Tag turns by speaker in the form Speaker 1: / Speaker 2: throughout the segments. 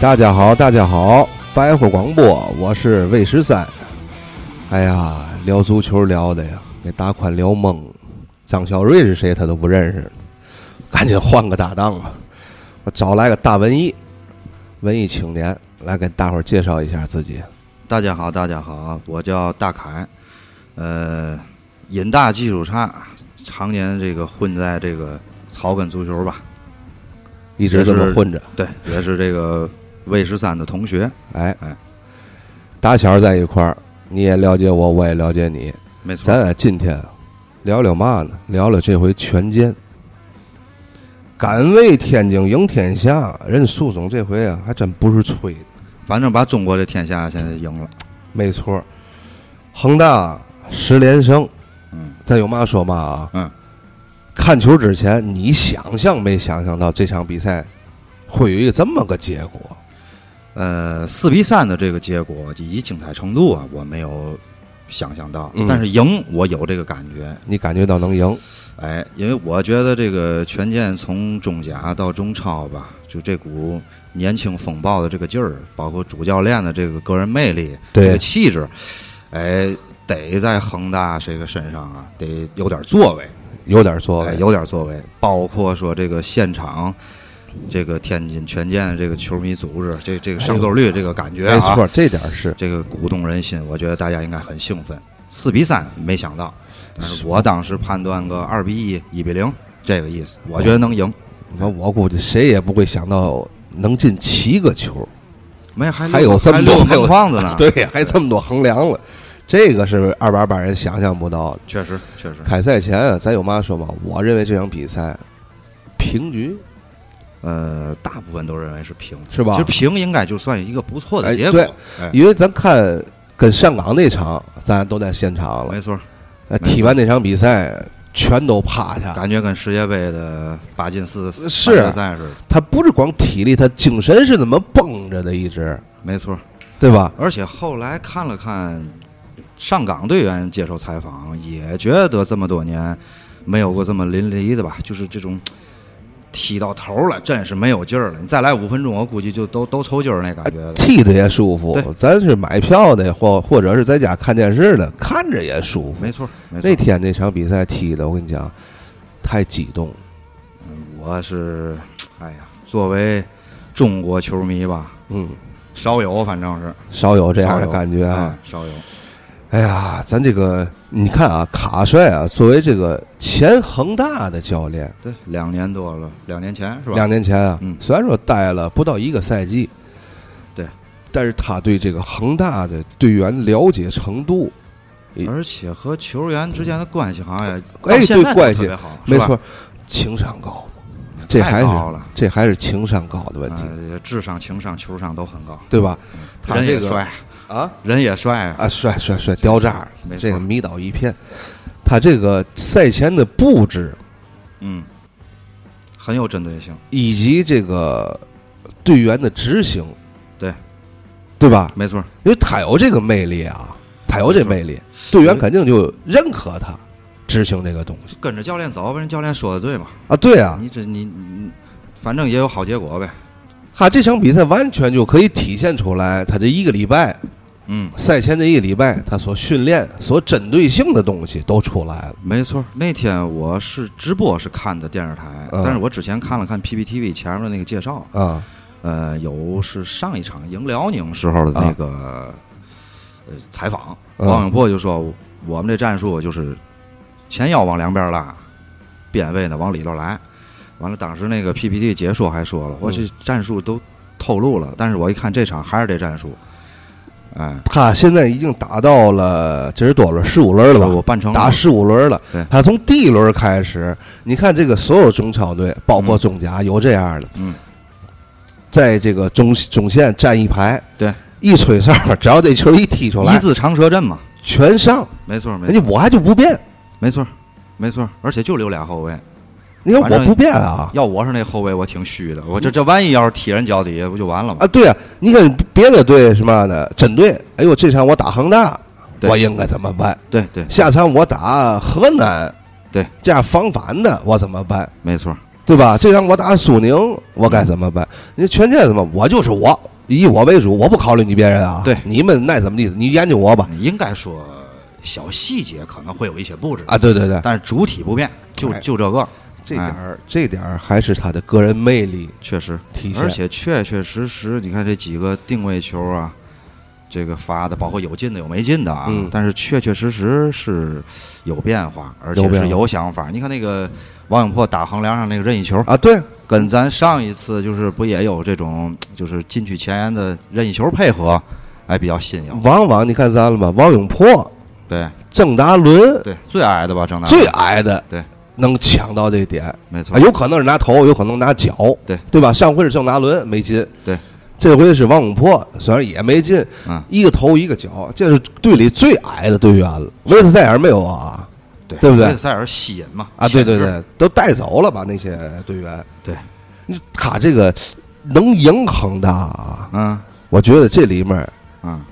Speaker 1: 大家好，大家好，白话广播，我是魏十三。哎呀，聊足球聊的呀，给大宽聊懵了，张小瑞是谁他都不认识，赶紧换个搭档吧。我找来个大文艺，文艺青年来给大伙儿介绍一下自己。
Speaker 2: 大家好，大家好啊，我叫大凯，呃，人大基础差，常年这个混在这个草根足球吧，
Speaker 1: 一直这么混着。
Speaker 2: 对，也是这个魏十三的同学，
Speaker 1: 哎
Speaker 2: 哎，
Speaker 1: 打小在一块儿，你也了解我，我也了解你。
Speaker 2: 没错
Speaker 1: 咱，俩今天聊聊嘛呢？聊聊这回权健。敢为天津赢天下，人宿总这回啊，还真不是吹的。
Speaker 2: 反正把中国的天下现在赢了，
Speaker 1: 没错儿，恒大十连胜，
Speaker 2: 嗯，
Speaker 1: 咱有嘛说嘛啊。
Speaker 2: 嗯，
Speaker 1: 看球之前，你想象没想象到这场比赛会有一个这么个结果？
Speaker 2: 呃，四比三的这个结果以及精彩程度啊，我没有想象到，
Speaker 1: 嗯
Speaker 2: 但是赢我有这个感觉，
Speaker 1: 你感觉到能赢？
Speaker 2: 哎，因为我觉得这个权健从中甲到中超吧，就这股年轻风暴的这个劲儿，包括主教练的这个个人魅力、这个
Speaker 1: 对，
Speaker 2: 气质，哎，得在恒大这个身上啊，得有点作为，
Speaker 1: 有点作
Speaker 2: 哎，
Speaker 1: 为。
Speaker 2: 有点作为。包括说这个现场，这个天津权健的这个球迷组织，这这个上座率这个感觉啊，
Speaker 1: 哎没错，这点儿是
Speaker 2: 这个鼓动人心，我觉得大家应该很兴奋。四比三，没想到，但是我当时判断个二比一、一比零这个意思，我觉得能赢。
Speaker 1: 你看，我估计谁也不会想到能进七个球。
Speaker 2: 没还
Speaker 1: 还
Speaker 2: 还
Speaker 1: 有这么多
Speaker 2: 还
Speaker 1: 还有，，
Speaker 2: 有框子呢
Speaker 1: 对，还这么多衡量了，这个是二八八人想象不到的。
Speaker 2: 确实确实。
Speaker 1: 开赛前啊咱有嘛说嘛，我认为这场比赛平局
Speaker 2: 呃，大部分都认为是平，
Speaker 1: 是
Speaker 2: 其
Speaker 1: 吧
Speaker 2: 实？平应该就算一个不错的
Speaker 1: 哎
Speaker 2: 结果。哎
Speaker 1: 因为咱看跟上港那场，咱都在现场了
Speaker 2: 没，错，
Speaker 1: 呃
Speaker 2: 没错
Speaker 1: 踢完那场比赛全都趴下。
Speaker 2: 感觉跟世界杯的八进四
Speaker 1: 是
Speaker 2: 八决赛似的，
Speaker 1: 他不是光体力，他精神是怎么绷着的，一直
Speaker 2: 没错。
Speaker 1: 对吧？
Speaker 2: 而且后来看了看上港队员接受采访，也觉得这么多年没有过这么淋漓的吧，就是这种踢到头了，真是没有劲儿了。你再来五分钟，我估计就都都抽筋儿那感觉了。
Speaker 1: 踢的也舒服
Speaker 2: 对，
Speaker 1: 咱是买票的，或或者是在家看电视的，看着也舒服。
Speaker 2: 没错，没
Speaker 1: 那
Speaker 2: 错，
Speaker 1: 天那场比赛踢的，我跟你讲，太激动了。
Speaker 2: 我是，哎呀，作为中国球迷吧，
Speaker 1: 嗯，
Speaker 2: 少有，反正是
Speaker 1: 少有这样
Speaker 2: 少
Speaker 1: 的
Speaker 2: 有
Speaker 1: 感觉啊
Speaker 2: 哎。少有。
Speaker 1: 哎呀，咱这个你看啊，卡帅啊，作为这个前恒大的教练，
Speaker 2: 对，两年多了，两年前是吧？
Speaker 1: 两年前啊，
Speaker 2: 嗯
Speaker 1: 虽然说待了不到一个赛季，
Speaker 2: 对，
Speaker 1: 但是他对这个恒大的队员了解程度，
Speaker 2: 而且和球员之间的关系好像也到
Speaker 1: 哎
Speaker 2: 现在
Speaker 1: 对
Speaker 2: 都
Speaker 1: 关
Speaker 2: 特
Speaker 1: 系
Speaker 2: 别好，
Speaker 1: 没
Speaker 2: 是吧
Speaker 1: 错，情商高，这还是
Speaker 2: 太高了。
Speaker 1: 这还是情商高的问题，
Speaker 2: 呃，智商、情商、球商都很高，
Speaker 1: 对吧？他
Speaker 2: 人
Speaker 1: 这
Speaker 2: 也
Speaker 1: 个
Speaker 2: 帅，
Speaker 1: 啊
Speaker 2: 人也帅啊，
Speaker 1: 啊，帅帅帅，掉渣儿
Speaker 2: 没，错
Speaker 1: 这个迷倒一片。他这个赛前的布置
Speaker 2: 嗯，很有针对性，
Speaker 1: 以及这个队员的执行，
Speaker 2: 对
Speaker 1: 对吧？
Speaker 2: 没错，
Speaker 1: 因为他有这个魅力啊，他有这魅力，队员肯定就认可他执行这个东西
Speaker 2: 跟着教练走，人教练说的对嘛，
Speaker 1: 啊。对啊，
Speaker 2: 你这你你，反正也有好结果呗，
Speaker 1: 他这场比赛完全就可以体现出来，他这一个礼拜
Speaker 2: 嗯，
Speaker 1: 赛前这一礼拜，他所训练、所针对性的东西都出来了。
Speaker 2: 没错。那天我是直播是看的电视台，
Speaker 1: 嗯
Speaker 2: 但是我之前看了看 PPTV 前面的那个介绍，
Speaker 1: 啊，
Speaker 2: 呃，有是上一场赢辽宁时候的那个、呃采访，
Speaker 1: 嗯
Speaker 2: 王永珀就说我们这战术就是前腰往两边拉，边位呢往里头来。完了，当时那个 PPT 解说还说了，我
Speaker 1: 嗯
Speaker 2: 这战术都透露了，但是我一看这场还是这战术，哎，
Speaker 1: 他现在已经打到了这是多少轮？十五轮了
Speaker 2: 我
Speaker 1: 吧？
Speaker 2: 半程
Speaker 1: 打十五轮了
Speaker 2: 对。
Speaker 1: 他从第一轮开始，你看这个所有中超队，包括中甲，有这样的，
Speaker 2: 嗯，
Speaker 1: 在这个中中线站一排，
Speaker 2: 对，
Speaker 1: 一吹哨，只要这球一踢出
Speaker 2: 一
Speaker 1: 来，
Speaker 2: 字长蛇阵嘛，
Speaker 1: 全上。
Speaker 2: 没错没
Speaker 1: 人
Speaker 2: 错
Speaker 1: 家我还就不变，
Speaker 2: 没错没错，而且就留俩后卫，
Speaker 1: 啊你看
Speaker 2: 反正
Speaker 1: 我不变啊
Speaker 2: 要我是那后卫，我挺虚的，我这这万一要是踢人脚底下不就完了吗？
Speaker 1: 啊！对啊，你看别的队什么的针对，哎呦，这场我打恒大，
Speaker 2: 对
Speaker 1: 我应该怎么办？
Speaker 2: 对对，
Speaker 1: 下场我打河南，
Speaker 2: 对，
Speaker 1: 这样防反的我怎么办？
Speaker 2: 没错。
Speaker 1: 对吧？这场我打苏宁，我该怎么办？人家权健怎么？我就是我，以我为主，我不考虑你别人啊。
Speaker 2: 对
Speaker 1: 你们爱怎么地，你研究我吧。
Speaker 2: 应该说小细节可能会有一些布置
Speaker 1: 啊，，对对对，
Speaker 2: 但是主体不变，就
Speaker 1: 哎
Speaker 2: 就这个，
Speaker 1: 这点儿这点儿还是他的个人魅力
Speaker 2: 确实。
Speaker 1: 体现。
Speaker 2: 而且确确实实，你看这几个定位球啊，这个发的，包括有进的有没进的啊，
Speaker 1: 嗯
Speaker 2: 但是确确实实是有变化，而
Speaker 1: 有
Speaker 2: 且
Speaker 1: 变化
Speaker 2: 是有想法。你看那个王永珀打横梁上那个任意球，
Speaker 1: 啊，对，
Speaker 2: 跟咱上一次就是不也有这种就是禁区前沿的任意球配合，哎，比较新颖。
Speaker 1: 往往你看咱了吧，王永珀、
Speaker 2: 对
Speaker 1: 郑达伦
Speaker 2: 对，最矮的吧，郑大
Speaker 1: 最矮的，
Speaker 2: 对，
Speaker 1: 能抢到这点，
Speaker 2: 没错
Speaker 1: 啊，，有可能是拿头，有可能拿脚，
Speaker 2: 对
Speaker 1: 对吧？上回是郑达伦没进，
Speaker 2: 对，
Speaker 1: 这回是王永珀，虽然也没进，
Speaker 2: 嗯
Speaker 1: 一个头一个脚，这是队里最矮的队员了。维特塞尔没有啊？
Speaker 2: 对
Speaker 1: 对不对
Speaker 2: 维特塞尔吸引嘛，
Speaker 1: 啊，对对
Speaker 2: 确实
Speaker 1: 对，都带走了吧那些队员？
Speaker 2: 对，
Speaker 1: 你他这个能赢恒大啊，
Speaker 2: 嗯
Speaker 1: 我觉得这里面
Speaker 2: 嗯，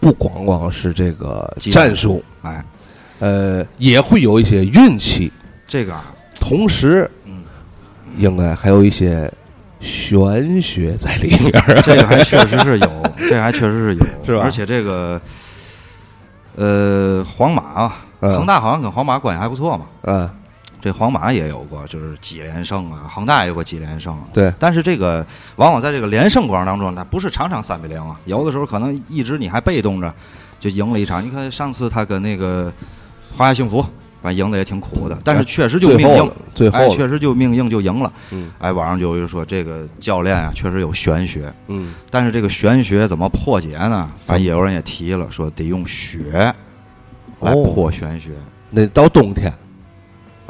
Speaker 1: 不光光是这个
Speaker 2: 技术
Speaker 1: 战术，
Speaker 2: 哎，
Speaker 1: 呃，也会有一些运气，
Speaker 2: 这个啊，
Speaker 1: 同时
Speaker 2: 嗯，
Speaker 1: 应该还有一些玄学在里面儿。
Speaker 2: 这个还确实是有，这个还确实是有，
Speaker 1: 是吧
Speaker 2: 而且这个，呃，皇马啊，
Speaker 1: 嗯
Speaker 2: 恒大好像跟皇马关系还不错嘛。
Speaker 1: 嗯，
Speaker 2: 这皇马也有过，就是几连胜啊，恒大也有过几连胜、啊。
Speaker 1: 对，
Speaker 2: 但是这个往往在这个连胜过程当中，它不是场场三比零啊，有的时候可能一直你还被动着就赢了一场。你看上次他跟那个华夏幸福，反正赢的也挺苦的，但是确实就
Speaker 1: 哎最
Speaker 2: 命
Speaker 1: 后
Speaker 2: 硬
Speaker 1: 了，，最后
Speaker 2: 哎，
Speaker 1: 了，
Speaker 2: 确实就命硬就赢了。
Speaker 1: 嗯
Speaker 2: 哎，网上就有人说这个教练啊，确实有玄学。
Speaker 1: 嗯，
Speaker 2: 但是这个玄学怎么破解呢？反正也有人也提了，说得用血来
Speaker 1: 哦
Speaker 2: 破玄学，
Speaker 1: 那到冬天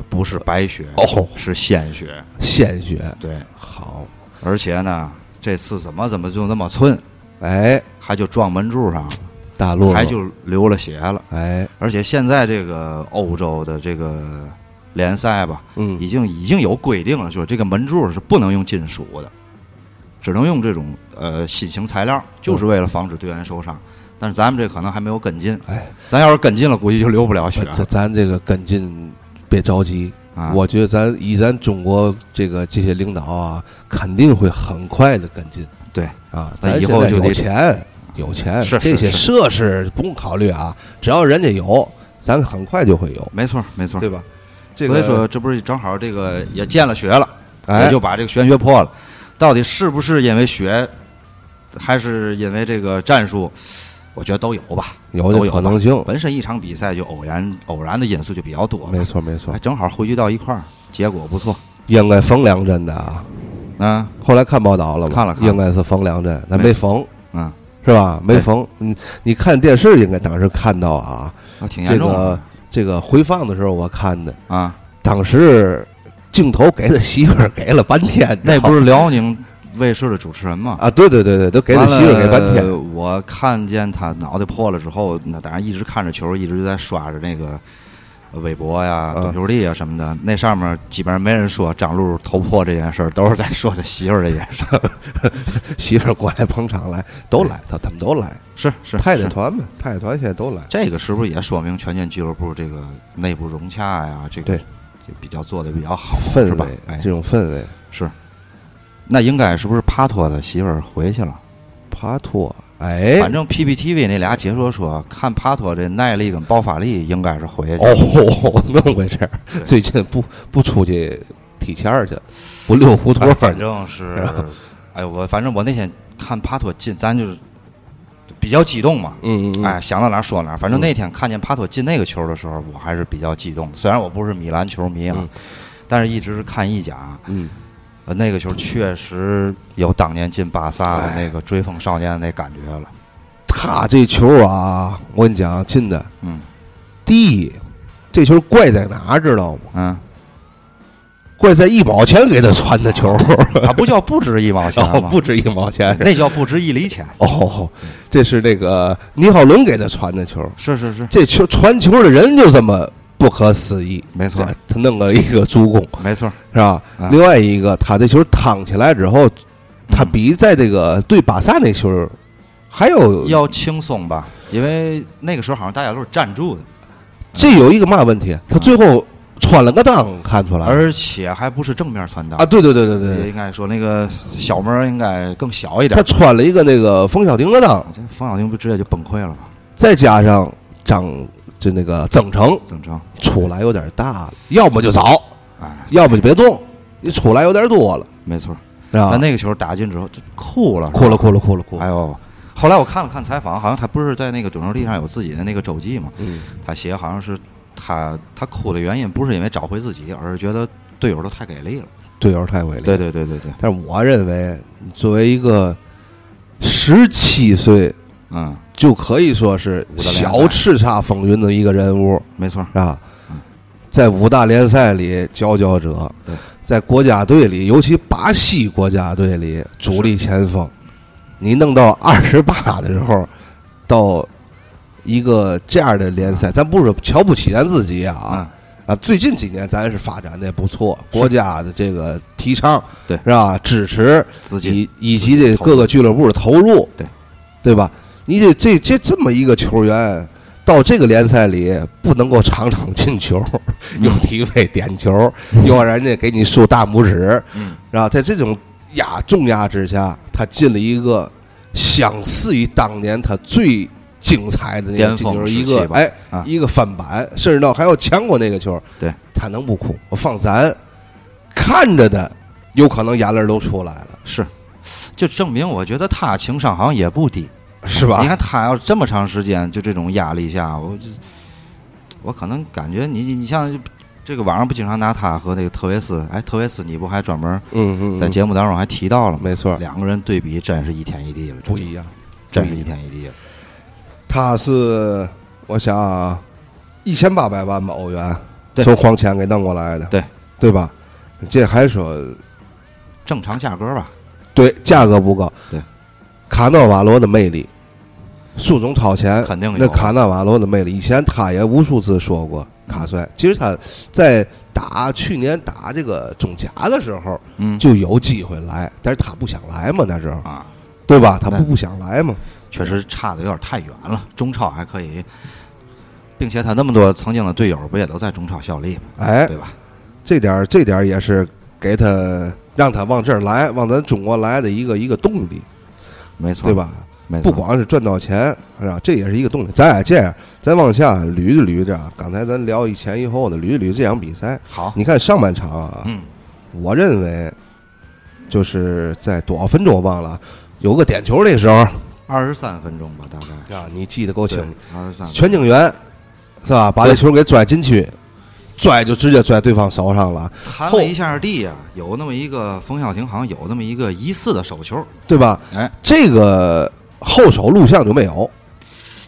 Speaker 2: 不是白血，
Speaker 1: 哦，
Speaker 2: 是鲜血。
Speaker 1: 献血
Speaker 2: 对，
Speaker 1: 好，
Speaker 2: 而且呢，这次怎么怎么就那么寸，
Speaker 1: 哎，
Speaker 2: 还就撞门柱上了，
Speaker 1: 大陆
Speaker 2: 还就流了血了。
Speaker 1: 哎，
Speaker 2: 而且现在这个欧洲的这个联赛吧，
Speaker 1: 嗯
Speaker 2: 已经已经有规定了，就是这个门柱是不能用金属的，只能用这种呃新型材料，
Speaker 1: 嗯
Speaker 2: 就是为了防止队员受伤。但是咱们这可能还没有跟进，
Speaker 1: 哎，
Speaker 2: 咱要是跟进了，估计就流不了血
Speaker 1: 这咱这个跟进别着急，
Speaker 2: 啊。
Speaker 1: 我觉得咱以咱中国这个这些领导啊，肯定会很快的跟进。
Speaker 2: 对
Speaker 1: 啊，
Speaker 2: 那
Speaker 1: 咱
Speaker 2: 以
Speaker 1: 现
Speaker 2: 后
Speaker 1: 在
Speaker 2: 就
Speaker 1: 有
Speaker 2: 得
Speaker 1: 钱，有钱，
Speaker 2: 是
Speaker 1: 这
Speaker 2: 是
Speaker 1: 些
Speaker 2: 是
Speaker 1: 设施不用考虑啊，只要人家有，咱很快就会有，
Speaker 2: 没错没错
Speaker 1: 对。吧？这
Speaker 2: 所
Speaker 1: 个
Speaker 2: 以说，这不是正好这个也见了血了，也
Speaker 1: 哎
Speaker 2: 就，把这个玄学破了。到底是不是因为血，还是因为这个战术？我觉得都有吧。
Speaker 1: 有
Speaker 2: 都
Speaker 1: 这
Speaker 2: 有
Speaker 1: 可能性，
Speaker 2: 本身一场比赛就偶然偶然的因素就比较多，
Speaker 1: 哦没，错没错
Speaker 2: 哎，，正好汇聚到一块儿，结果不错。
Speaker 1: 应该缝两针的啊。
Speaker 2: 啊，
Speaker 1: 后来看报道了吗？
Speaker 2: 看了看了
Speaker 1: 应该是缝两针，但
Speaker 2: 没
Speaker 1: 没缝。
Speaker 2: 嗯，
Speaker 1: 是吧？没
Speaker 2: 对
Speaker 1: 缝。嗯，你看电视应该当时看到啊，
Speaker 2: 啊挺
Speaker 1: 这
Speaker 2: 严重的
Speaker 1: 个这个回放的时候我看的，
Speaker 2: 啊。
Speaker 1: 当时镜头给他媳妇儿给了半天，你知
Speaker 2: 那
Speaker 1: 道吗
Speaker 2: 不是辽宁卫视的主持人吗？
Speaker 1: 啊？对对对对，都给他
Speaker 2: 完
Speaker 1: 媳妇儿给半
Speaker 2: 了
Speaker 1: 天。
Speaker 2: 我看见他脑袋破了之后，那当然一直看着球，一直在刷着那个微博呀、
Speaker 1: 嗯
Speaker 2: 短球帝啊什么的。那上面基本上没人说张璐头破这件事儿，都是在说他媳妇儿这件事儿。
Speaker 1: 媳妇儿过来捧场来，都来，他他们都来，
Speaker 2: 是是，
Speaker 1: 太太
Speaker 2: 是
Speaker 1: 团嘛，太太团现在都来。
Speaker 2: 这个是不是也说明权健俱乐部这个内部融洽呀？这个
Speaker 1: 对
Speaker 2: 就比较做的比较好，
Speaker 1: 氛
Speaker 2: 是吧
Speaker 1: 围？
Speaker 2: 哎，
Speaker 1: 这种氛围，
Speaker 2: 是。那应该是不是帕托他媳妇儿回去了？
Speaker 1: 帕托，哎，
Speaker 2: 反正 PPTV 那俩解说说，看帕托这耐力跟爆发力应该是回去。
Speaker 1: 哦，那么回事儿。
Speaker 2: 对
Speaker 1: 最近不不出去提钱儿去了，不溜胡同
Speaker 2: 哎
Speaker 1: 儿，
Speaker 2: 反正是
Speaker 1: 是吧，
Speaker 2: 哎呦，我反正我那天看帕托进，咱就是比较激动嘛。
Speaker 1: 嗯嗯嗯，
Speaker 2: 哎，想到哪儿说哪儿。反正
Speaker 1: 嗯
Speaker 2: 那天看见帕托进那个球的时候，我还是比较激动的。虽然我不是米兰球迷啊，
Speaker 1: 嗯
Speaker 2: 但是一直是看意甲。
Speaker 1: 嗯，
Speaker 2: 呃那个球确实有当年进巴萨的
Speaker 1: 哎
Speaker 2: 那个追风少年的那感觉了。
Speaker 1: 他这球啊，我跟你讲，进的
Speaker 2: 嗯
Speaker 1: 第一，这球怪在哪儿知道吗？
Speaker 2: 嗯，
Speaker 1: 怪在一毛钱给他传的 球，
Speaker 2: 他不叫不值一毛钱
Speaker 1: 哦
Speaker 2: 吗？
Speaker 1: 不止一毛钱 是吧
Speaker 2: 那叫不值一厘钱。
Speaker 1: 哦，这是那个尼浩伦给他传的球，
Speaker 2: 是是是，
Speaker 1: 这球传球的人就这么不可思议，
Speaker 2: 没错
Speaker 1: 这他弄了一个助攻
Speaker 2: 没错。
Speaker 1: 是吧？
Speaker 2: 啊
Speaker 1: 另外一个，他这球趟起来之后，他比在这个对巴萨那球还有
Speaker 2: 要轻松吧，因为那个时候好像大家都是站住的，
Speaker 1: 这有一个嘛问题？他最后穿了个裆看出来了
Speaker 2: 而且还不是正面穿裆
Speaker 1: 啊，，对对对对
Speaker 2: 也
Speaker 1: 对，
Speaker 2: 应该说那个小门儿应该更小一点
Speaker 1: 他。穿了一个那个冯小宁的裆，
Speaker 2: 这冯小宁不直接就崩溃了吗？
Speaker 1: 再加上张就那个曾诚
Speaker 2: 曾诚，
Speaker 1: 出来有点大了，要么就 早，
Speaker 2: 哎，
Speaker 1: 要么就别动，你出来有点多了，
Speaker 2: 没错儿。
Speaker 1: 是吧
Speaker 2: 但？那个球打进之后就哭了，
Speaker 1: 啊哭了哭了哭了哭
Speaker 2: 哎
Speaker 1: 了，
Speaker 2: 呦！后来我看了看采访，好像他不是在那个转折地上有自己的那个周记嘛？
Speaker 1: 嗯，
Speaker 2: 他写好像是他他哭的原因不是因为找回自己，而是觉得队友都太给力了。
Speaker 1: 队友太给力。
Speaker 2: 对对对对对，
Speaker 1: 但是我认为，作为一个十七岁
Speaker 2: 嗯，
Speaker 1: 就可以说是
Speaker 2: 五大联赛
Speaker 1: 小叱咤风云的一个人物，
Speaker 2: 没错儿。
Speaker 1: 是吧
Speaker 2: 嗯？
Speaker 1: 在五大联赛里佼佼者
Speaker 2: 对，
Speaker 1: 在国家队里，尤其巴西国家队里主力前锋，你弄到二十八的时候，到一个这样的联赛，咱不是瞧不起咱自己啊
Speaker 2: 啊，
Speaker 1: 啊！最近几年咱是发展的也不错，国家的这个提倡，
Speaker 2: 对
Speaker 1: 是吧？支持
Speaker 2: 资金
Speaker 1: 以以及这各个俱乐部的投入，
Speaker 2: 对
Speaker 1: 对吧？你这这这这么一个球员，到这个联赛里不能够场场进球，又
Speaker 2: 嗯
Speaker 1: 低位点球，又让人家给你竖大拇指，
Speaker 2: 嗯，
Speaker 1: 然后在这种压重压之下，他进了一个相似于当年他最精彩的那个
Speaker 2: 巅
Speaker 1: 进
Speaker 2: 峰
Speaker 1: 球，
Speaker 2: 时期
Speaker 1: 一个
Speaker 2: 吧
Speaker 1: 哎、
Speaker 2: 啊
Speaker 1: 一个翻板，甚至到还要强过那个球，
Speaker 2: 对
Speaker 1: 他能不哭？我放咱看着的，有可能眼泪都出来了，
Speaker 2: 是，就证明我觉得他情商好像也不低。
Speaker 1: 是吧？
Speaker 2: 你看他要这么长时间就这种压力下，我就我可能感觉你你你像这个网上不经常拿他和那个特维斯，哎，特维斯你不还专门
Speaker 1: 嗯嗯，
Speaker 2: 在节目当中还提到了吗？
Speaker 1: 没错，
Speaker 2: 两个人对比真是一天一地了，
Speaker 1: 不一样。
Speaker 2: 真是一天一地了。
Speaker 1: 他是我想啊，一千八百万吧欧元，
Speaker 2: 对
Speaker 1: 从黄潜给弄过来的，
Speaker 2: 对
Speaker 1: 对吧？这还说
Speaker 2: 正常价格吧，
Speaker 1: 对价格不高，
Speaker 2: 对，
Speaker 1: 卡纳瓦罗的魅力，树总掏钱，
Speaker 2: 肯定有啊
Speaker 1: 那卡纳瓦罗的魅力，以前他也无数次说过
Speaker 2: 嗯
Speaker 1: 卡帅，其实他在打去年打这个中甲的时候
Speaker 2: 嗯，
Speaker 1: 就有机会来，但是他不想来嘛，那时候
Speaker 2: 啊，
Speaker 1: 对吧？他
Speaker 2: 那
Speaker 1: 不不想来嘛，
Speaker 2: 确实差的有点太远了。中超还可以，并且他那么多曾经的队友不也都在中超效力吗？
Speaker 1: 哎，
Speaker 2: 对吧？
Speaker 1: 这点儿这点儿也是给他让他往这儿来，往咱中国来的一个一个动力，
Speaker 2: 没错，
Speaker 1: 对？吧？
Speaker 2: 没错，
Speaker 1: 不光是赚到钱，是吧？这也是一个动力。咱俩这样，咱往下捋着捋着啊，刚才咱聊一前一后的，捋一捋这场比赛。
Speaker 2: 好，
Speaker 1: 你看上半场啊，
Speaker 2: 哦嗯，
Speaker 1: 我认为就是在多少分钟我忘了，有个点球那时候啊，
Speaker 2: 二十三分钟吧，大概。
Speaker 1: 你记得够清楚。
Speaker 2: 二十三。
Speaker 1: 全景员是吧？把这球给拽进去，拽就直接拽对方手上了，
Speaker 2: 弹了一下地呀、有那么一个冯潇霆，好像有那么一个疑似的手球，
Speaker 1: 对吧？
Speaker 2: 哎，
Speaker 1: 这个后手录像就没有。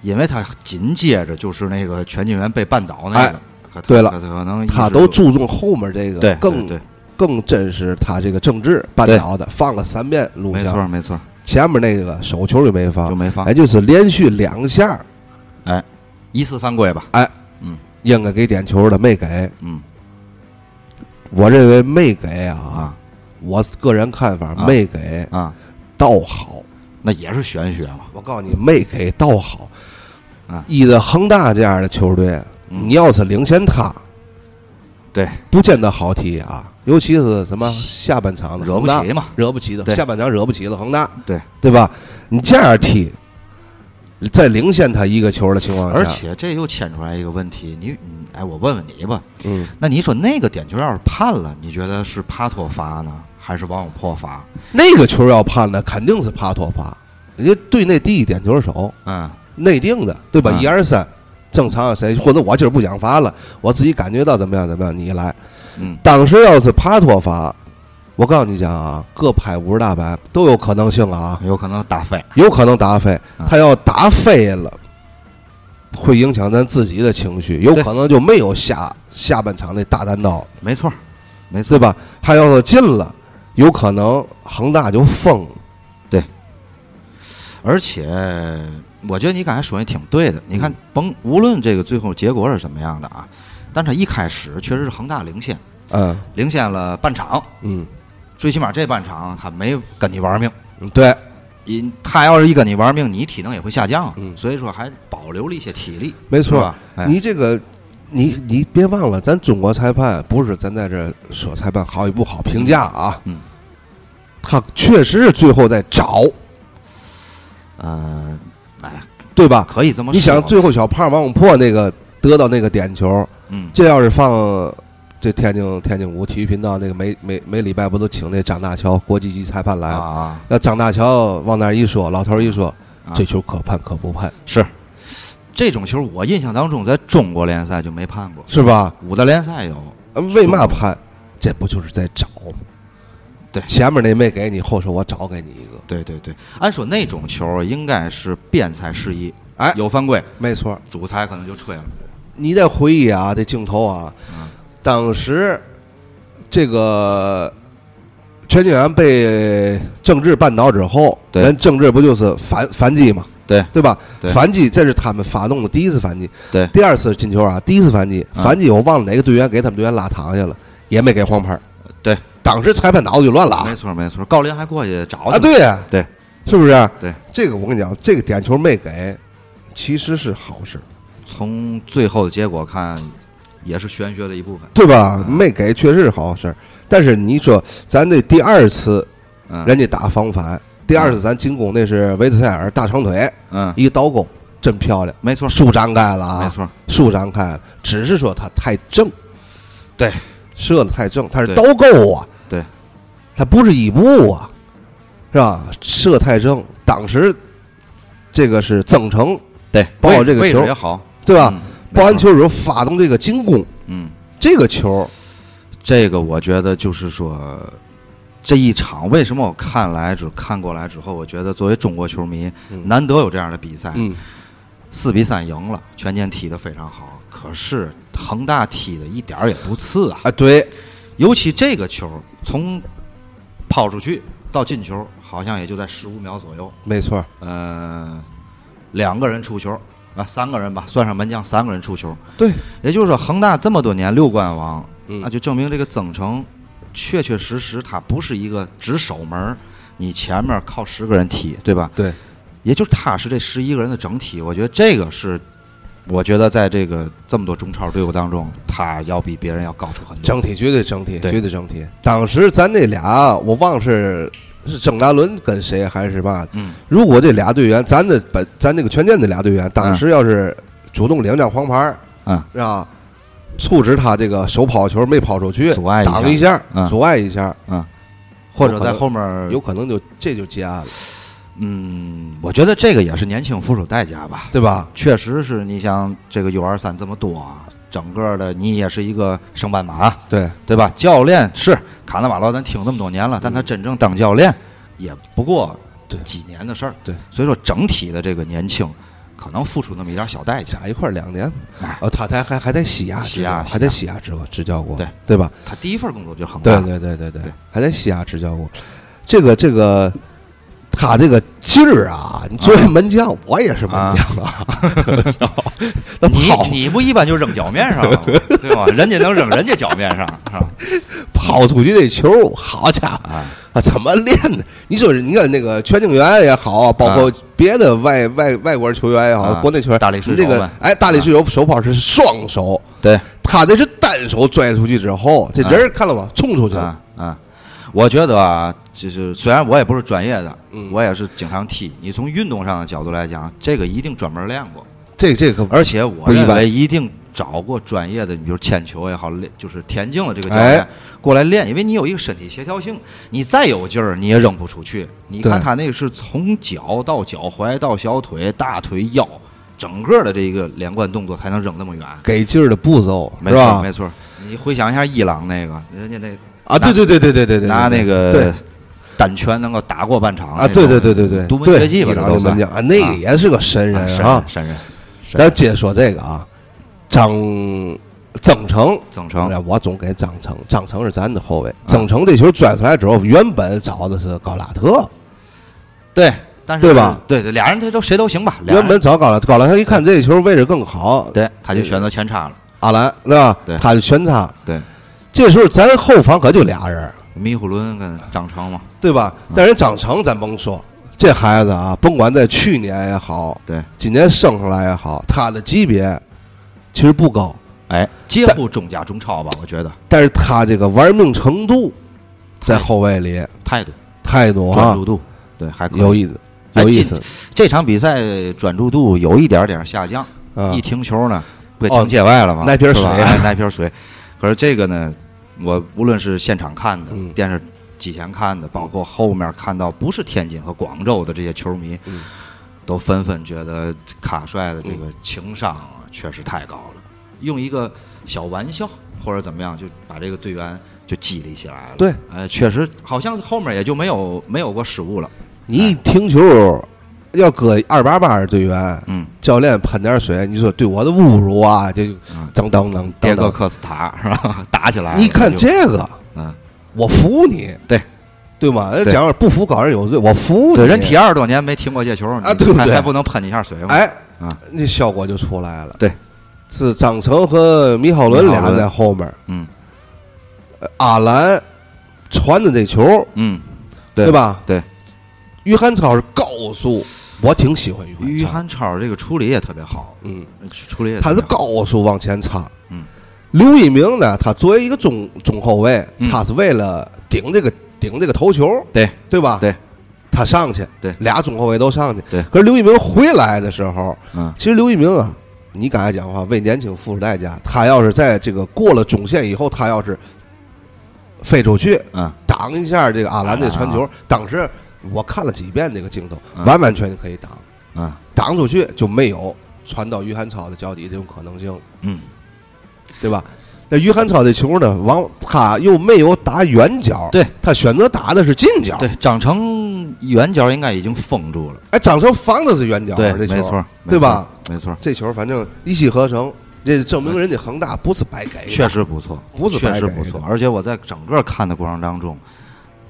Speaker 2: 因为他紧接着就是那个全进员被绊倒那个，可他
Speaker 1: 哎对了
Speaker 2: 他可能一直
Speaker 1: 他都注重后面这个
Speaker 2: 嗯对
Speaker 1: 更
Speaker 2: 对
Speaker 1: 更真实，他这个政治半岛的放了三遍录
Speaker 2: 对没
Speaker 1: 像，
Speaker 2: 错没错，
Speaker 1: 前面那个手球就没
Speaker 2: 就
Speaker 1: 放，
Speaker 2: 没放
Speaker 1: 哎，，就是连续两下
Speaker 2: 疑似犯规吧？
Speaker 1: 应该给点球的没给，
Speaker 2: 嗯
Speaker 1: 我认为没给啊，
Speaker 2: 啊
Speaker 1: 我个人看法
Speaker 2: 啊
Speaker 1: 没给
Speaker 2: 啊，
Speaker 1: 倒好，
Speaker 2: 那也是玄学嘛。
Speaker 1: 我告诉你没给倒好
Speaker 2: 啊，
Speaker 1: 以的恒大这样的球队，
Speaker 2: 嗯
Speaker 1: 你要是领先他，
Speaker 2: 对，
Speaker 1: 不见得好踢啊，尤其是什么下半场的
Speaker 2: 惹不
Speaker 1: 恒大
Speaker 2: 起嘛。
Speaker 1: 惹不起的，
Speaker 2: 对
Speaker 1: 下半场惹不起的恒大，
Speaker 2: 对
Speaker 1: 对吧？你这样踢，在领先他一个球的情况下，
Speaker 2: 而且这又牵出来一个问题，你你哎，我问问你吧，
Speaker 1: 嗯，
Speaker 2: 那你说那个点球要是判了，你觉得是帕托罚呢，还是王永珀罚？
Speaker 1: 那个球要判的肯定是帕托罚，人家对那第一点球手
Speaker 2: 嗯，
Speaker 1: 内定的，对吧？
Speaker 2: 嗯
Speaker 1: 一二三，正常谁或者我今儿不想罚了，我自己感觉到怎么样怎么样，你来。
Speaker 2: 嗯，
Speaker 1: 当时要是帕托罚，我告诉你讲啊，各拍五十大板都有可能性啊。
Speaker 2: 有可能打飞。
Speaker 1: 有可能打飞
Speaker 2: 啊，
Speaker 1: 他要打飞了，会影响咱自己的情绪，有
Speaker 2: 对
Speaker 1: 可能就没有下下半场那大单刀，
Speaker 2: 没错儿，没
Speaker 1: 对
Speaker 2: 错儿，
Speaker 1: 吧？他要是进了，有可能恒大就疯了。
Speaker 2: 而且我觉得你刚才说的挺对的。你
Speaker 1: 嗯
Speaker 2: 看，甭无论这个最后结果是什么样的啊，但他一开始确实是恒大领先，
Speaker 1: 嗯
Speaker 2: 领先了半场，
Speaker 1: 嗯，
Speaker 2: 最起码这半场他没跟你玩命。
Speaker 1: 对，
Speaker 2: 你他要是一跟你玩命，你体能也会下降啊，
Speaker 1: 嗯
Speaker 2: 所以说还保留了一些体力，
Speaker 1: 没
Speaker 2: 没
Speaker 1: 错。
Speaker 2: 吧？哎，
Speaker 1: 你这个你你别忘了，咱中国裁判不是咱在这儿说裁判好与不好评价啊，
Speaker 2: 嗯，
Speaker 1: 他确实是最后在找，
Speaker 2: 呃，哎，
Speaker 1: 对吧？
Speaker 2: 可以这么说吧。
Speaker 1: 你想最后小胖王永珀那个得到那个点球，
Speaker 2: 嗯，
Speaker 1: 这要是放这天津天津五体育频道那个每每每礼拜不都请那张大乔国际级裁判来？
Speaker 2: 啊
Speaker 1: 要张大乔往那儿一说，老头儿一说，
Speaker 2: 啊
Speaker 1: 这球可判可不判，
Speaker 2: 是这种球，我印象当中在中国联赛就没判过，
Speaker 1: 是嘛？
Speaker 2: 五大联赛有，
Speaker 1: 呃为嘛判？这不就是在找吗？
Speaker 2: 对
Speaker 1: 前面那没给你，后头我找给你一个，
Speaker 2: 对对对，按说那种球应该是边裁失一，
Speaker 1: 哎
Speaker 2: 有犯规，
Speaker 1: 没错儿。
Speaker 2: 主裁可能就吹了，
Speaker 1: 你得回忆啊，这镜头啊，当时这个全景员被郑智绊倒之后，
Speaker 2: 对
Speaker 1: 人郑智不就是反反击嘛，
Speaker 2: 对
Speaker 1: 对吧？
Speaker 2: 对
Speaker 1: 反击这是他们发动的第一次反击，
Speaker 2: 对
Speaker 1: 第二次进球啊，第一次反击，
Speaker 2: 嗯
Speaker 1: 反击我忘了哪个队员给他们队员拉躺下了，也没给黄牌，
Speaker 2: 呃对，
Speaker 1: 当时裁判脑子就乱了啊
Speaker 2: 没错没错，郜林还过去找去
Speaker 1: 啊，
Speaker 2: 了，
Speaker 1: 对呀，
Speaker 2: 对，
Speaker 1: 是不是？
Speaker 2: 对，
Speaker 1: 这个我跟你讲，这个点球没给，其实是好事。
Speaker 2: 从最后的结果看，也是玄学的一部分，
Speaker 1: 对吧？
Speaker 2: 嗯
Speaker 1: 没给确实是好事儿，但是你说咱这第二次
Speaker 2: 嗯，
Speaker 1: 人家打防反，第二次咱进攻那是维特塞尔大长腿
Speaker 2: 嗯，
Speaker 1: 一倒钩，真漂亮，
Speaker 2: 没错
Speaker 1: 舒展开了
Speaker 2: 没
Speaker 1: 啊，
Speaker 2: 错，
Speaker 1: 舒展开了，只是说他太正，
Speaker 2: 对，
Speaker 1: 射的太正，他是
Speaker 2: 对
Speaker 1: 倒钩啊，
Speaker 2: 对，
Speaker 1: 他不是一步啊，是吧？射太正，当时这个是曾诚
Speaker 2: 对，
Speaker 1: 包括
Speaker 2: 位
Speaker 1: 这个
Speaker 2: 位置
Speaker 1: 球
Speaker 2: 也好，
Speaker 1: 对吧？
Speaker 2: 嗯？
Speaker 1: 报完
Speaker 2: 没错，
Speaker 1: 球的时候发动这个进攻，
Speaker 2: 嗯，
Speaker 1: 这个球
Speaker 2: 这个我觉得就是说，这一场为什么我看来只看过来之后，我觉得作为中国球迷，
Speaker 1: 嗯
Speaker 2: 难得有这样的比赛，
Speaker 1: 嗯，
Speaker 2: 四比三赢了，权健踢得非常好，可是恒大踢的一点儿也不次啊，
Speaker 1: 啊，对，
Speaker 2: 尤其这个球从抛出去到进球，好像也就在十五秒左右，
Speaker 1: 没错儿，
Speaker 2: 呃，两个人出球啊，三个人吧，算上门将三个人出球，
Speaker 1: 对，
Speaker 2: 也就是说恒大这么多年六冠王，
Speaker 1: 嗯
Speaker 2: 那就证明这个曾诚确确实实他不是一个只守门儿，你前面靠十个人踢，对吧？
Speaker 1: 对，
Speaker 2: 也就是他是这十一个人的整体，我觉得这个是，我觉得在这个这么多中超队伍当中，他要比别人要高出很多。
Speaker 1: 整体绝对整体，
Speaker 2: 对
Speaker 1: 绝对整体。当时咱那俩，我忘是是郑达伦跟谁还是嘛？
Speaker 2: 嗯，
Speaker 1: 如果这俩队员，咱的本咱那个权健那俩队员，当时要是主动领张黄牌，
Speaker 2: 嗯，
Speaker 1: 是吧？促使他这个手抛球没抛出去，
Speaker 2: 阻碍一下
Speaker 1: 挡一下，
Speaker 2: 嗯
Speaker 1: 阻碍一下，
Speaker 2: 或者在后面儿
Speaker 1: 有可能就这就结案了，
Speaker 2: 嗯，我觉得这个也是年轻付出代价吧。
Speaker 1: 对吧？
Speaker 2: 确实是你像这个 U 二三这么多啊，整个的你也是一个升班马，
Speaker 1: 对，
Speaker 2: 对吧？教练是卡纳瓦罗，咱听那么多年了，但他真正当教练也不过
Speaker 1: 对
Speaker 2: 几年的事儿。
Speaker 1: 对，
Speaker 2: 所以说整体的这个年轻，可能付出那么一点小代价。
Speaker 1: 加一块儿两年
Speaker 2: 哎，
Speaker 1: 呃，他才还还在西亚
Speaker 2: 西
Speaker 1: 执
Speaker 2: 亚
Speaker 1: 教，
Speaker 2: 西亚
Speaker 1: 还在西亚执教执教过，
Speaker 2: 对
Speaker 1: 对吧？
Speaker 2: 他第一份工作就很
Speaker 1: 对
Speaker 2: 大，
Speaker 1: 对对对对
Speaker 2: 对，
Speaker 1: 还在西亚执教过。这个这个，他这个劲儿啊！你作为
Speaker 2: 嗯
Speaker 1: 门将，我也是门将啊， 那跑
Speaker 2: 你你不一般就扔脚面上 了吗，对吧？人家能扔人家脚面上，是吧？
Speaker 1: 跑出去那球，好家伙
Speaker 2: 啊，
Speaker 1: 啊，怎么练的？你说你看那个全景员也好，啊包括别的外外外国球员也好，
Speaker 2: 啊
Speaker 1: 国内球员，
Speaker 2: 大力水手
Speaker 1: 这个
Speaker 2: 呗
Speaker 1: 哎，大力水手手跑是双手，
Speaker 2: 对，
Speaker 1: 他这是单手拽出去之后，这人儿看了吧，冲出去了，
Speaker 2: 啊啊！我觉得啊，就是虽然我也不是专业的，
Speaker 1: 嗯
Speaker 2: 我也是经常踢。你从运动上的角度来讲，这个一定专门练过，
Speaker 1: 这这可
Speaker 2: 而且我
Speaker 1: 嗯不一
Speaker 2: 认
Speaker 1: 般
Speaker 2: 为一定找过专业的，你比如铅球也好，练就是田径的这个教
Speaker 1: 哎
Speaker 2: 练过来练，因为你有一个身体协调性，你再有劲儿你也扔不出去。你看
Speaker 1: 对
Speaker 2: 他那个是从脚到脚踝到小腿、大腿、腰，整个的这个连贯动作才能扔那么远。
Speaker 1: 给劲儿的步骤
Speaker 2: 没
Speaker 1: 是
Speaker 2: 错，
Speaker 1: 吧
Speaker 2: 没？错。你回想一下伊朗那个，人家那
Speaker 1: 啊，对对对对对对对，
Speaker 2: 拿
Speaker 1: 对
Speaker 2: 那
Speaker 1: 对
Speaker 2: 个啊单拳能够打过半场
Speaker 1: 啊，对对对对对，
Speaker 2: 独门
Speaker 1: 对
Speaker 2: 绝技吧，
Speaker 1: 伊
Speaker 2: 这
Speaker 1: 朗
Speaker 2: 都
Speaker 1: 的门
Speaker 2: 算
Speaker 1: 将啊，那个也是个神
Speaker 2: 啊
Speaker 1: 人
Speaker 2: 神
Speaker 1: 啊
Speaker 2: 人。神人，神
Speaker 1: 咱
Speaker 2: 人
Speaker 1: 接着说这个啊，张曾诚，
Speaker 2: 曾诚
Speaker 1: 哎我总给张诚，张诚是咱的后
Speaker 2: 啊
Speaker 1: 卫。曾诚这球拽出来之后，原本找的是高拉特，
Speaker 2: 对，但是
Speaker 1: 对吧？
Speaker 2: 对对，俩人他都谁都行吧，俩人
Speaker 1: 原本找高拉特，高拉特一看这球位置更好，
Speaker 2: 对他就选择前插了，
Speaker 1: 阿兰对吧
Speaker 2: 对？
Speaker 1: 他就全他。
Speaker 2: 对，
Speaker 1: 这时候咱后防可就俩人，
Speaker 2: 迷糊伦跟张成嘛，
Speaker 1: 对吧？
Speaker 2: 嗯
Speaker 1: 但是张诚咱甭说，这孩子啊，甭管在去年也好，
Speaker 2: 对
Speaker 1: 今年升上来也好，他的级别其实不高，
Speaker 2: 哎，接不中甲中超吧？我觉得
Speaker 1: 但是他这个玩命程度在后卫里
Speaker 2: 态度、
Speaker 1: 态度
Speaker 2: 专
Speaker 1: 啊
Speaker 2: 注，哎度，对，还可以
Speaker 1: 有意思，有意思
Speaker 2: 这场比赛专注度有一点点下降，
Speaker 1: 啊
Speaker 2: 一！停球呢，不也
Speaker 1: 哦
Speaker 2: 停界外了吗？
Speaker 1: 那瓶水
Speaker 2: 是吧
Speaker 1: 啊
Speaker 2: 哎那瓶水。可是这个呢，我无论是现场看的
Speaker 1: 嗯，
Speaker 2: 电视机前看的，包括后面看到不是天津和广州的这些球迷
Speaker 1: 嗯，
Speaker 2: 都纷纷觉得卡帅的这个情商啊，确实太高了。用一个小玩笑或者怎么样，就把这个队员就激励起来了。
Speaker 1: 对，
Speaker 2: 哎，确实好像后面也就没有没有过失误了。
Speaker 1: 你一停球，要搁二八八的队员，
Speaker 2: 嗯，
Speaker 1: 教练喷点水，你说对我的侮辱啊！这
Speaker 2: 嗯
Speaker 1: 等等等
Speaker 2: 迭
Speaker 1: 等
Speaker 2: 戈
Speaker 1: 等，
Speaker 2: 科斯塔是吧？ 打起来了就，
Speaker 1: 你看这个，
Speaker 2: 嗯，
Speaker 1: 我服你，
Speaker 2: 对
Speaker 1: 对吗？
Speaker 2: 对
Speaker 1: 讲不服搞人有罪，我服你，
Speaker 2: 对，人体二十多年没停过界球
Speaker 1: 啊对不
Speaker 2: 还
Speaker 1: 对
Speaker 2: 还不能喷一下水吗？，
Speaker 1: 哎
Speaker 2: 啊，
Speaker 1: 那效果就出来了。
Speaker 2: 对，
Speaker 1: 是张成和米浩伦
Speaker 2: 米浩
Speaker 1: 俩
Speaker 2: 伦
Speaker 1: 在后面，
Speaker 2: 嗯
Speaker 1: 呃阿兰传的这球，
Speaker 2: 嗯，
Speaker 1: 对？吧？
Speaker 2: 对，
Speaker 1: 于汉超是高速，我挺喜欢于
Speaker 2: 于
Speaker 1: 汉超，
Speaker 2: 汉超这个处理也特别好，
Speaker 1: 嗯，
Speaker 2: 处理也
Speaker 1: 他是
Speaker 2: 特别好
Speaker 1: 高速往前插。
Speaker 2: 嗯，
Speaker 1: 刘一鸣呢，他作为一个中中后卫，
Speaker 2: 嗯
Speaker 1: 他是为了顶这个顶这个头球，
Speaker 2: 对
Speaker 1: 对吧？
Speaker 2: 对，
Speaker 1: 他上去，
Speaker 2: 对
Speaker 1: 俩中后卫都上去。
Speaker 2: 对
Speaker 1: 可是刘一鸣回来的时候，
Speaker 2: 嗯
Speaker 1: 其实刘一鸣啊，你刚才讲话为年轻付出代价，他要是在这个过了中线以后，他要是飞出去
Speaker 2: 嗯，
Speaker 1: 挡一下这个阿兰这传球，
Speaker 2: 啊
Speaker 1: 当时我看了几遍这个镜头，
Speaker 2: 嗯
Speaker 1: 完完全全可以挡，
Speaker 2: 嗯
Speaker 1: 挡出去就没有传到于汉超的脚底这种可能性，
Speaker 2: 嗯，
Speaker 1: 对吧？那于汉超这球呢，往他又没有打远角，
Speaker 2: 对，
Speaker 1: 他选择打的是近角，
Speaker 2: 对，张成远角应该已经封住了，
Speaker 1: 哎，张成防的是远角，
Speaker 2: 对，
Speaker 1: 这球
Speaker 2: 没错，
Speaker 1: 对吧？
Speaker 2: 没错，
Speaker 1: 这球反正一气呵成，这证明人家恒大不是白给的，
Speaker 2: 确实不错，
Speaker 1: 哎不是
Speaker 2: 确
Speaker 1: 白
Speaker 2: 实
Speaker 1: 给
Speaker 2: 不
Speaker 1: 的
Speaker 2: 错，而且我在整个看的过程当中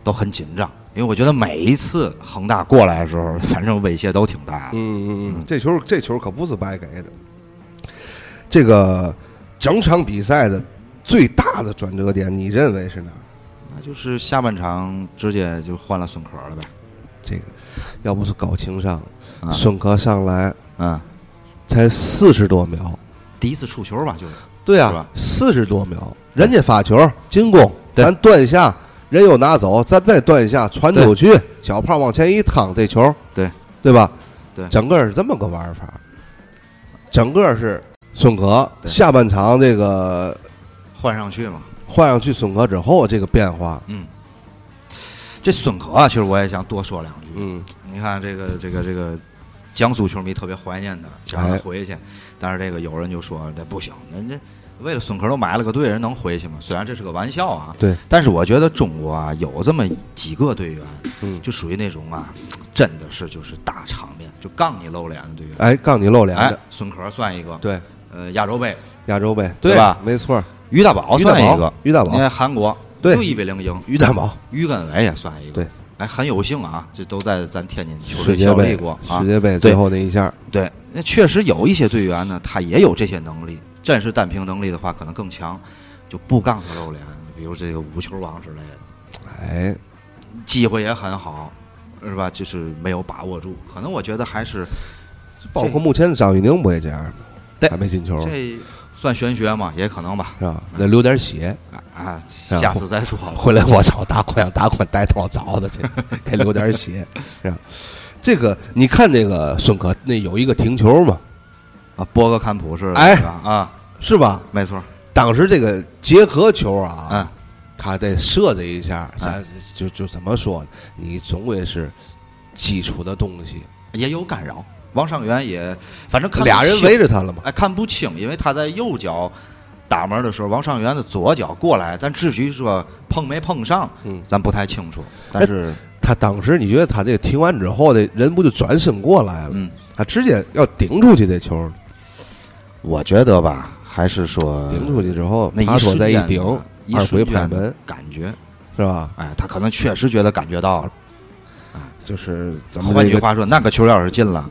Speaker 2: 都很紧张，因为我觉得每一次恒大过来的时候，反正威胁都挺大
Speaker 1: 嗯
Speaker 2: 的，
Speaker 1: 嗯嗯，这球这球可不是白给的。这个整场比赛的最大的转折点，你认为是哪儿？
Speaker 2: 那就是下半场直接就换了孙科了呗，
Speaker 1: 这个要不是高情商，
Speaker 2: 啊
Speaker 1: 孙科上来
Speaker 2: 嗯，
Speaker 1: 才四十多秒，
Speaker 2: 第一次触球吧，就是。
Speaker 1: 对
Speaker 2: 是
Speaker 1: 啊
Speaker 2: 吧，
Speaker 1: 四十多秒，人家发球进攻，
Speaker 2: 对
Speaker 1: 咱断一下，人又拿走，咱再断一下传出去，小胖往前一趟，这球，
Speaker 2: 对
Speaker 1: 对吧？
Speaker 2: 对
Speaker 1: 整个是这么个玩法，整个是孙可
Speaker 2: 对
Speaker 1: 下半场这个
Speaker 2: 换上去嘛。
Speaker 1: 换上去孙可之后，这个变化，
Speaker 2: 嗯，这孙可啊，其实我也想多说两句。
Speaker 1: 嗯，
Speaker 2: 你看这个这个这个，江苏球迷特别怀念他，想让
Speaker 1: 哎
Speaker 2: 他回去，但是这个有人就说这不行，人家为了孙可都买了个队，人能回去吗？虽然这是个玩笑啊，
Speaker 1: 对，
Speaker 2: 但是我觉得中国啊有这么几个队员，
Speaker 1: 嗯
Speaker 2: 就属于那种啊，真的是就是大场面，就杠你露脸的队员。
Speaker 1: 哎，杠你露脸
Speaker 2: 哎
Speaker 1: 的，，
Speaker 2: 孙可算一个，
Speaker 1: 对，
Speaker 2: 呃，亚洲杯，
Speaker 1: 亚洲杯，
Speaker 2: 对吧
Speaker 1: 没错，
Speaker 2: 于大宝
Speaker 1: 于大
Speaker 2: 算一个
Speaker 1: 宝，，于大
Speaker 2: 你
Speaker 1: 宝，
Speaker 2: 看韩国
Speaker 1: 对
Speaker 2: 就一比零赢，
Speaker 1: 于大宝，
Speaker 2: 于根伟也算一个。
Speaker 1: 对，
Speaker 2: 哎，很有幸啊，这都在咱天津球
Speaker 1: 世
Speaker 2: 队
Speaker 1: 界
Speaker 2: 效力
Speaker 1: 杯
Speaker 2: 过，啊
Speaker 1: 世。界杯最后那一下，
Speaker 2: 对，那确实有一些队员呢，他也有这些能力。真是单凭能力的话，可能更强，就不杠他露脸。比如这个无球王之类的，
Speaker 1: 哎，
Speaker 2: 机会也很好，是吧？就是没有把握住。可能我觉得还是
Speaker 1: 包括目前的张玉宁不也这样吗？
Speaker 2: 对
Speaker 1: 还没进球，是
Speaker 2: 这算玄学嘛，也可能吧。
Speaker 1: 吧？得流点血，
Speaker 2: 啊啊，下次再说吧。
Speaker 1: 回来我操，打款打款带套找的去， 给流点血，是吧？这个你看这个孙可那有一个停球嘛，
Speaker 2: 啊，波哥坎普是
Speaker 1: 哎
Speaker 2: 是吧啊，
Speaker 1: 是吧？
Speaker 2: 没错，
Speaker 1: 当时这个结合球啊，
Speaker 2: 嗯，
Speaker 1: 他得设计一下，咱就就怎么说呢？你总归是基础的东西，
Speaker 2: 也有干扰。王上源也，反正看不
Speaker 1: 俩人
Speaker 2: 清
Speaker 1: 围着他了嘛。
Speaker 2: 哎，看不清，因为他在右脚打门的时候，王上元的左脚过来，但至于说碰没碰上，
Speaker 1: 嗯
Speaker 2: 咱不太清楚。但是，
Speaker 1: 他当时你觉得他这个停完之后的人不就转身过来了？
Speaker 2: 嗯，
Speaker 1: 他直接要顶出去这球，
Speaker 2: 我觉得吧，还是说
Speaker 1: 顶出去之后，
Speaker 2: 那
Speaker 1: 他
Speaker 2: 一
Speaker 1: 说
Speaker 2: 瞬
Speaker 1: 再一
Speaker 2: 间
Speaker 1: 顶
Speaker 2: 的，一
Speaker 1: 二回
Speaker 2: 瞬
Speaker 1: 拍
Speaker 2: 间
Speaker 1: 门
Speaker 2: 的感觉，
Speaker 1: 是吧？
Speaker 2: 哎，他可能确实觉得感觉到了。
Speaker 1: 就是咱们
Speaker 2: 换
Speaker 1: 这
Speaker 2: 句
Speaker 1: 个
Speaker 2: 话说，那个球要是进了，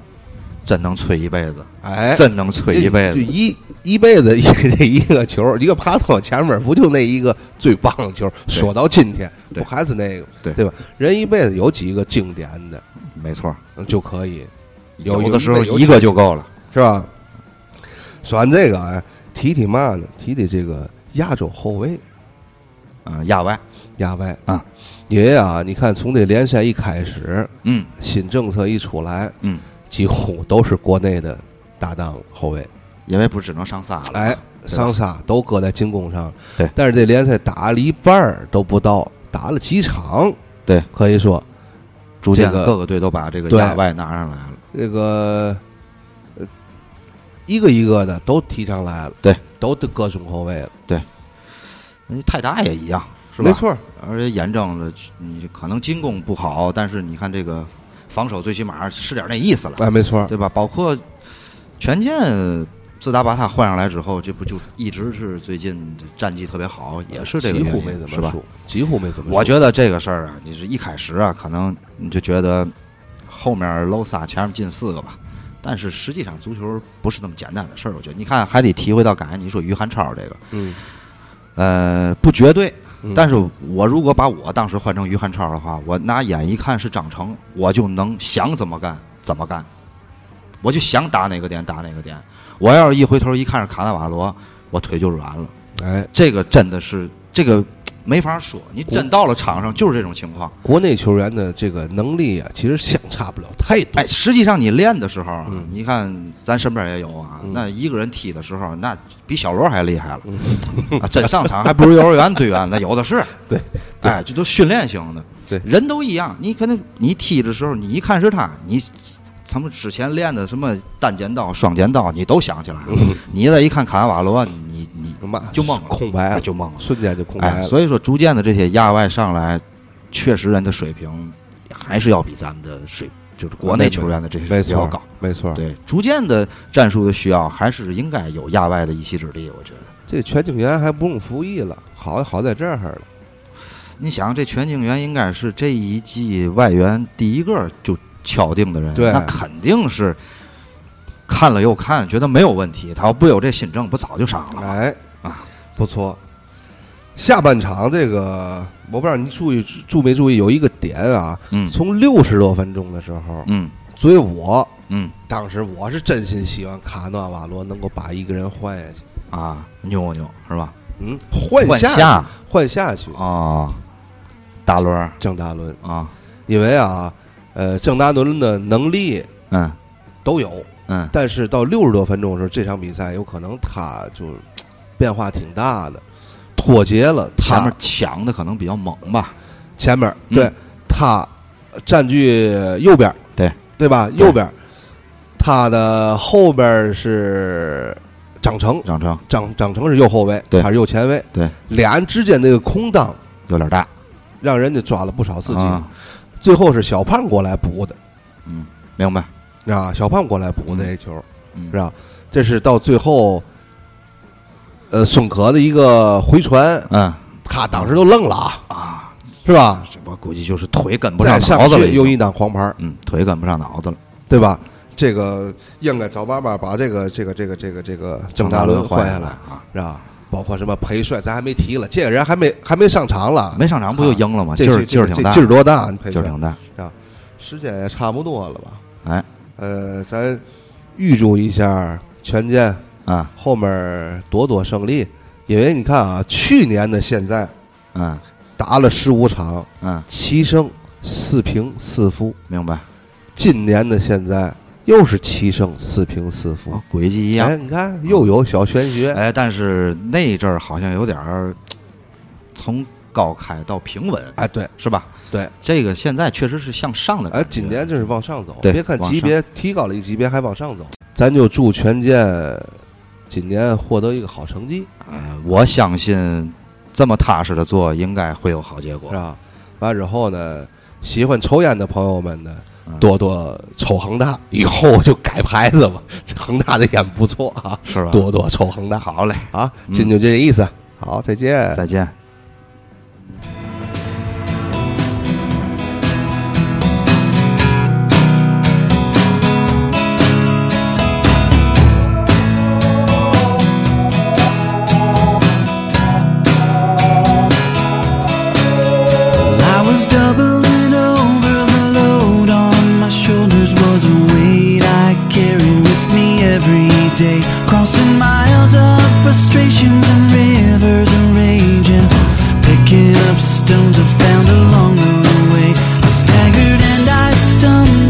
Speaker 2: 真能吹一辈子，
Speaker 1: 哎，
Speaker 2: 真能吹一辈
Speaker 1: 就
Speaker 2: 子。
Speaker 1: 一一辈子一这一个球，一个帕托前面不就那一个最棒的球？说到今天，
Speaker 2: 对
Speaker 1: 不还是那个
Speaker 2: 对
Speaker 1: 吧？人一辈子有几个经典的
Speaker 2: 没错，
Speaker 1: 嗯就可以，有
Speaker 2: 有的时候
Speaker 1: 有
Speaker 2: 一个就够了。
Speaker 1: 是吧？说完这个啊，提提嘛呢？提提这个亚洲后卫
Speaker 2: 啊，亚外，
Speaker 1: 亚外
Speaker 2: 啊，
Speaker 1: 因为啊，你看从这联赛一开始，
Speaker 2: 嗯
Speaker 1: 新政策一出来，
Speaker 2: 嗯，
Speaker 1: 几乎都是国内的搭档后卫，
Speaker 2: 因为不只能上仨了，
Speaker 1: 哎，
Speaker 2: 对吧
Speaker 1: 桑萨都搁在进攻上。
Speaker 2: 对
Speaker 1: 但是这联赛打了一半儿都不到，打了几场，
Speaker 2: 对，
Speaker 1: 可以说
Speaker 2: 逐渐
Speaker 1: 这个
Speaker 2: 各个队都把这个
Speaker 1: 对
Speaker 2: 亚外拿上来了，
Speaker 1: 这个呃一个一个的都提上来了，
Speaker 2: 对，
Speaker 1: 都得搁中后卫了，
Speaker 2: 那泰达也一样，是吧？
Speaker 1: 没错儿，
Speaker 2: 而且严正了，你可能进攻不好，但是你看这个防守最起码是点那意思了，
Speaker 1: 哎，没错儿，
Speaker 2: 对吧？包括权健，自打把他换上来之后，这不就一直是最近战绩特别好，也是这个
Speaker 1: 几
Speaker 2: 原
Speaker 1: 乎没
Speaker 2: 因，
Speaker 1: 怎
Speaker 2: 是
Speaker 1: 么
Speaker 2: 吧？
Speaker 1: 输，几乎没怎么输。
Speaker 2: 我觉得这个事儿啊，你是一开始啊，可能你就觉得后面搂仨，前面进四个吧。但是实际上，足球不是那么简单的事儿。我觉得，你看还得提回到刚才你说于汉超这个，
Speaker 1: 嗯，
Speaker 2: 呃，不绝对，
Speaker 1: 嗯，
Speaker 2: 但是我如果把我当时换成于汉超的话，我拿眼一看是张成，我就能想怎么干怎么干，我就想打哪个点打哪个点。我要是一回头一看是卡纳瓦罗，我腿就软了。
Speaker 1: 哎，
Speaker 2: 这个真的是这个没法说，你真到了场上就是这种情况。
Speaker 1: 国内球员的这个能力啊，其实相差不了太多
Speaker 2: 哎，。实际上你练的时候啊，
Speaker 1: 嗯
Speaker 2: 你看咱身边也有啊，
Speaker 1: 嗯
Speaker 2: 那一个人踢的时候，那比小罗还厉害了，
Speaker 1: 嗯
Speaker 2: 啊，真上 场还不如幼儿园队员，那有的是。
Speaker 1: 对，对
Speaker 2: 哎，这都训练型的，
Speaker 1: 对
Speaker 2: 人都一样。你可能你踢的时候，你一看是他，你咱们之前练的什么单剪刀、双剪刀，你都想起来了。你再一看卡纳瓦罗，你你
Speaker 1: 妈
Speaker 2: 就懵了
Speaker 1: 嗯空白
Speaker 2: 那
Speaker 1: 了，
Speaker 2: 就懵了。
Speaker 1: 瞬间就空白
Speaker 2: 哎，
Speaker 1: 了。
Speaker 2: 所以说逐渐的这些亚外上来，确实人的水平还是要比咱们的水，就是国内球员的这些
Speaker 1: 没
Speaker 2: 水平
Speaker 1: 错
Speaker 2: 要
Speaker 1: 儿
Speaker 2: 高。，
Speaker 1: 没错儿。嗯
Speaker 2: 对，逐渐的战术的需要还是应该有亚外的一席之地，我觉得。
Speaker 1: 这全景员还不用服役了，好好在这儿了。
Speaker 2: 你想，这全景员应该是这一季外援第一个就敲定的人，
Speaker 1: 对
Speaker 2: 那肯定是看了又看，觉得没有问题。他要不有这新政，不早就上了吗？
Speaker 1: 哎
Speaker 2: 啊，
Speaker 1: 不错。下半场这个，我不知道你注意注没注意，有一个点啊，
Speaker 2: 嗯
Speaker 1: 从六十多分钟的时候，
Speaker 2: 嗯
Speaker 1: 所以我
Speaker 2: 嗯
Speaker 1: 当时我是真心希望卡纳瓦罗能够把一个人换下去，
Speaker 2: 啊，牛牛是吧？
Speaker 1: 嗯，换
Speaker 2: 换
Speaker 1: 下
Speaker 2: 下
Speaker 1: 换下去
Speaker 2: 啊，大轮儿
Speaker 1: 郑达伦，
Speaker 2: 啊，
Speaker 1: 因为啊，呃，郑达伦的能力
Speaker 2: 嗯
Speaker 1: 都有，
Speaker 2: 嗯
Speaker 1: 但是到六十多分钟的时候，这场比赛有可能他就嘖变化挺大的，脱节了，
Speaker 2: 前
Speaker 1: 他
Speaker 2: 面抢的可能比较猛吧？
Speaker 1: 前面
Speaker 2: 嗯
Speaker 1: 对他呃占据右边，
Speaker 2: 对
Speaker 1: 对吧？
Speaker 2: 对
Speaker 1: 右边，他的后边是张成，
Speaker 2: 张成
Speaker 1: 张张成是右后卫，
Speaker 2: 对
Speaker 1: 他是右前卫，
Speaker 2: 对，
Speaker 1: 俩人之间那个空档
Speaker 2: 有点大，
Speaker 1: 让人家抓了不少自己。
Speaker 2: 啊
Speaker 1: 最后是小胖过来补的，
Speaker 2: 嗯，明白，
Speaker 1: 是吧？小胖过来补的这球，
Speaker 2: 嗯
Speaker 1: 是吧？这是到最后，呃，孙可的一个回传，
Speaker 2: 嗯
Speaker 1: 他当时都愣了啊，
Speaker 2: 啊，
Speaker 1: 是吧？
Speaker 2: 这我估计就是腿跟不
Speaker 1: 再上
Speaker 2: 上脑子了
Speaker 1: 去
Speaker 2: 已
Speaker 1: 又
Speaker 2: 经，
Speaker 1: 一档黄牌，
Speaker 2: 嗯，腿跟不上脑子了。
Speaker 1: 对吧？这个应该早八八把这个这个这个这个这个郑大伦换下来，
Speaker 2: 啊，
Speaker 1: 是吧？包括什么裴帅，咱还没提了，这个人还没还没上场了，
Speaker 2: 没上场不就赢了吗？
Speaker 1: 啊这
Speaker 2: 劲儿
Speaker 1: 这
Speaker 2: 劲
Speaker 1: 这
Speaker 2: 儿挺
Speaker 1: 这
Speaker 2: 大，
Speaker 1: 劲儿多大？啊裴
Speaker 2: 劲儿
Speaker 1: 帅，
Speaker 2: 挺大。
Speaker 1: 时间也差不多了吧？
Speaker 2: 哎，
Speaker 1: 呃，咱预祝一下权健
Speaker 2: 啊，
Speaker 1: 后面多多胜利，因为你看啊，去年的现在
Speaker 2: 嗯
Speaker 1: 打了十五场，
Speaker 2: 嗯，
Speaker 1: 七胜四平四负，
Speaker 2: 明白。
Speaker 1: 今年的现在又是七胜四平四负。
Speaker 2: 哦轨迹一样
Speaker 1: 哎，。你看又有小玄学，
Speaker 2: 哎，但是那阵儿好像有点儿从高开到平稳，
Speaker 1: 哎，对，
Speaker 2: 是吧？
Speaker 1: 对，
Speaker 2: 这个现在确实是向上的感
Speaker 1: 哎，
Speaker 2: 觉。
Speaker 1: 今年就是往上走，
Speaker 2: 对
Speaker 1: 别看
Speaker 2: 往
Speaker 1: 级别提高了一级别，还往上走。咱就祝权健今年获得一个好成绩，
Speaker 2: 呃，我相信这么踏实的做，应该会有好结
Speaker 1: 是啊
Speaker 2: 果。
Speaker 1: 吧？完之后呢，喜欢抽烟的朋友们呢
Speaker 2: 嗯，
Speaker 1: 多多抽恒大，以后就改牌子吧。这恒大的烟不错啊，
Speaker 2: 是吧？
Speaker 1: 多多抽恒大
Speaker 2: 好嘞，
Speaker 1: 啊，
Speaker 2: 嗯
Speaker 1: 今就这意思。好，再见。
Speaker 2: 再见。
Speaker 3: I was doubling over. The load on my shoulders was a weight I carried with me every day, crossing miles of frustrations and rivers of rage, and picking up stones I found along the way. I staggered and I stumbled.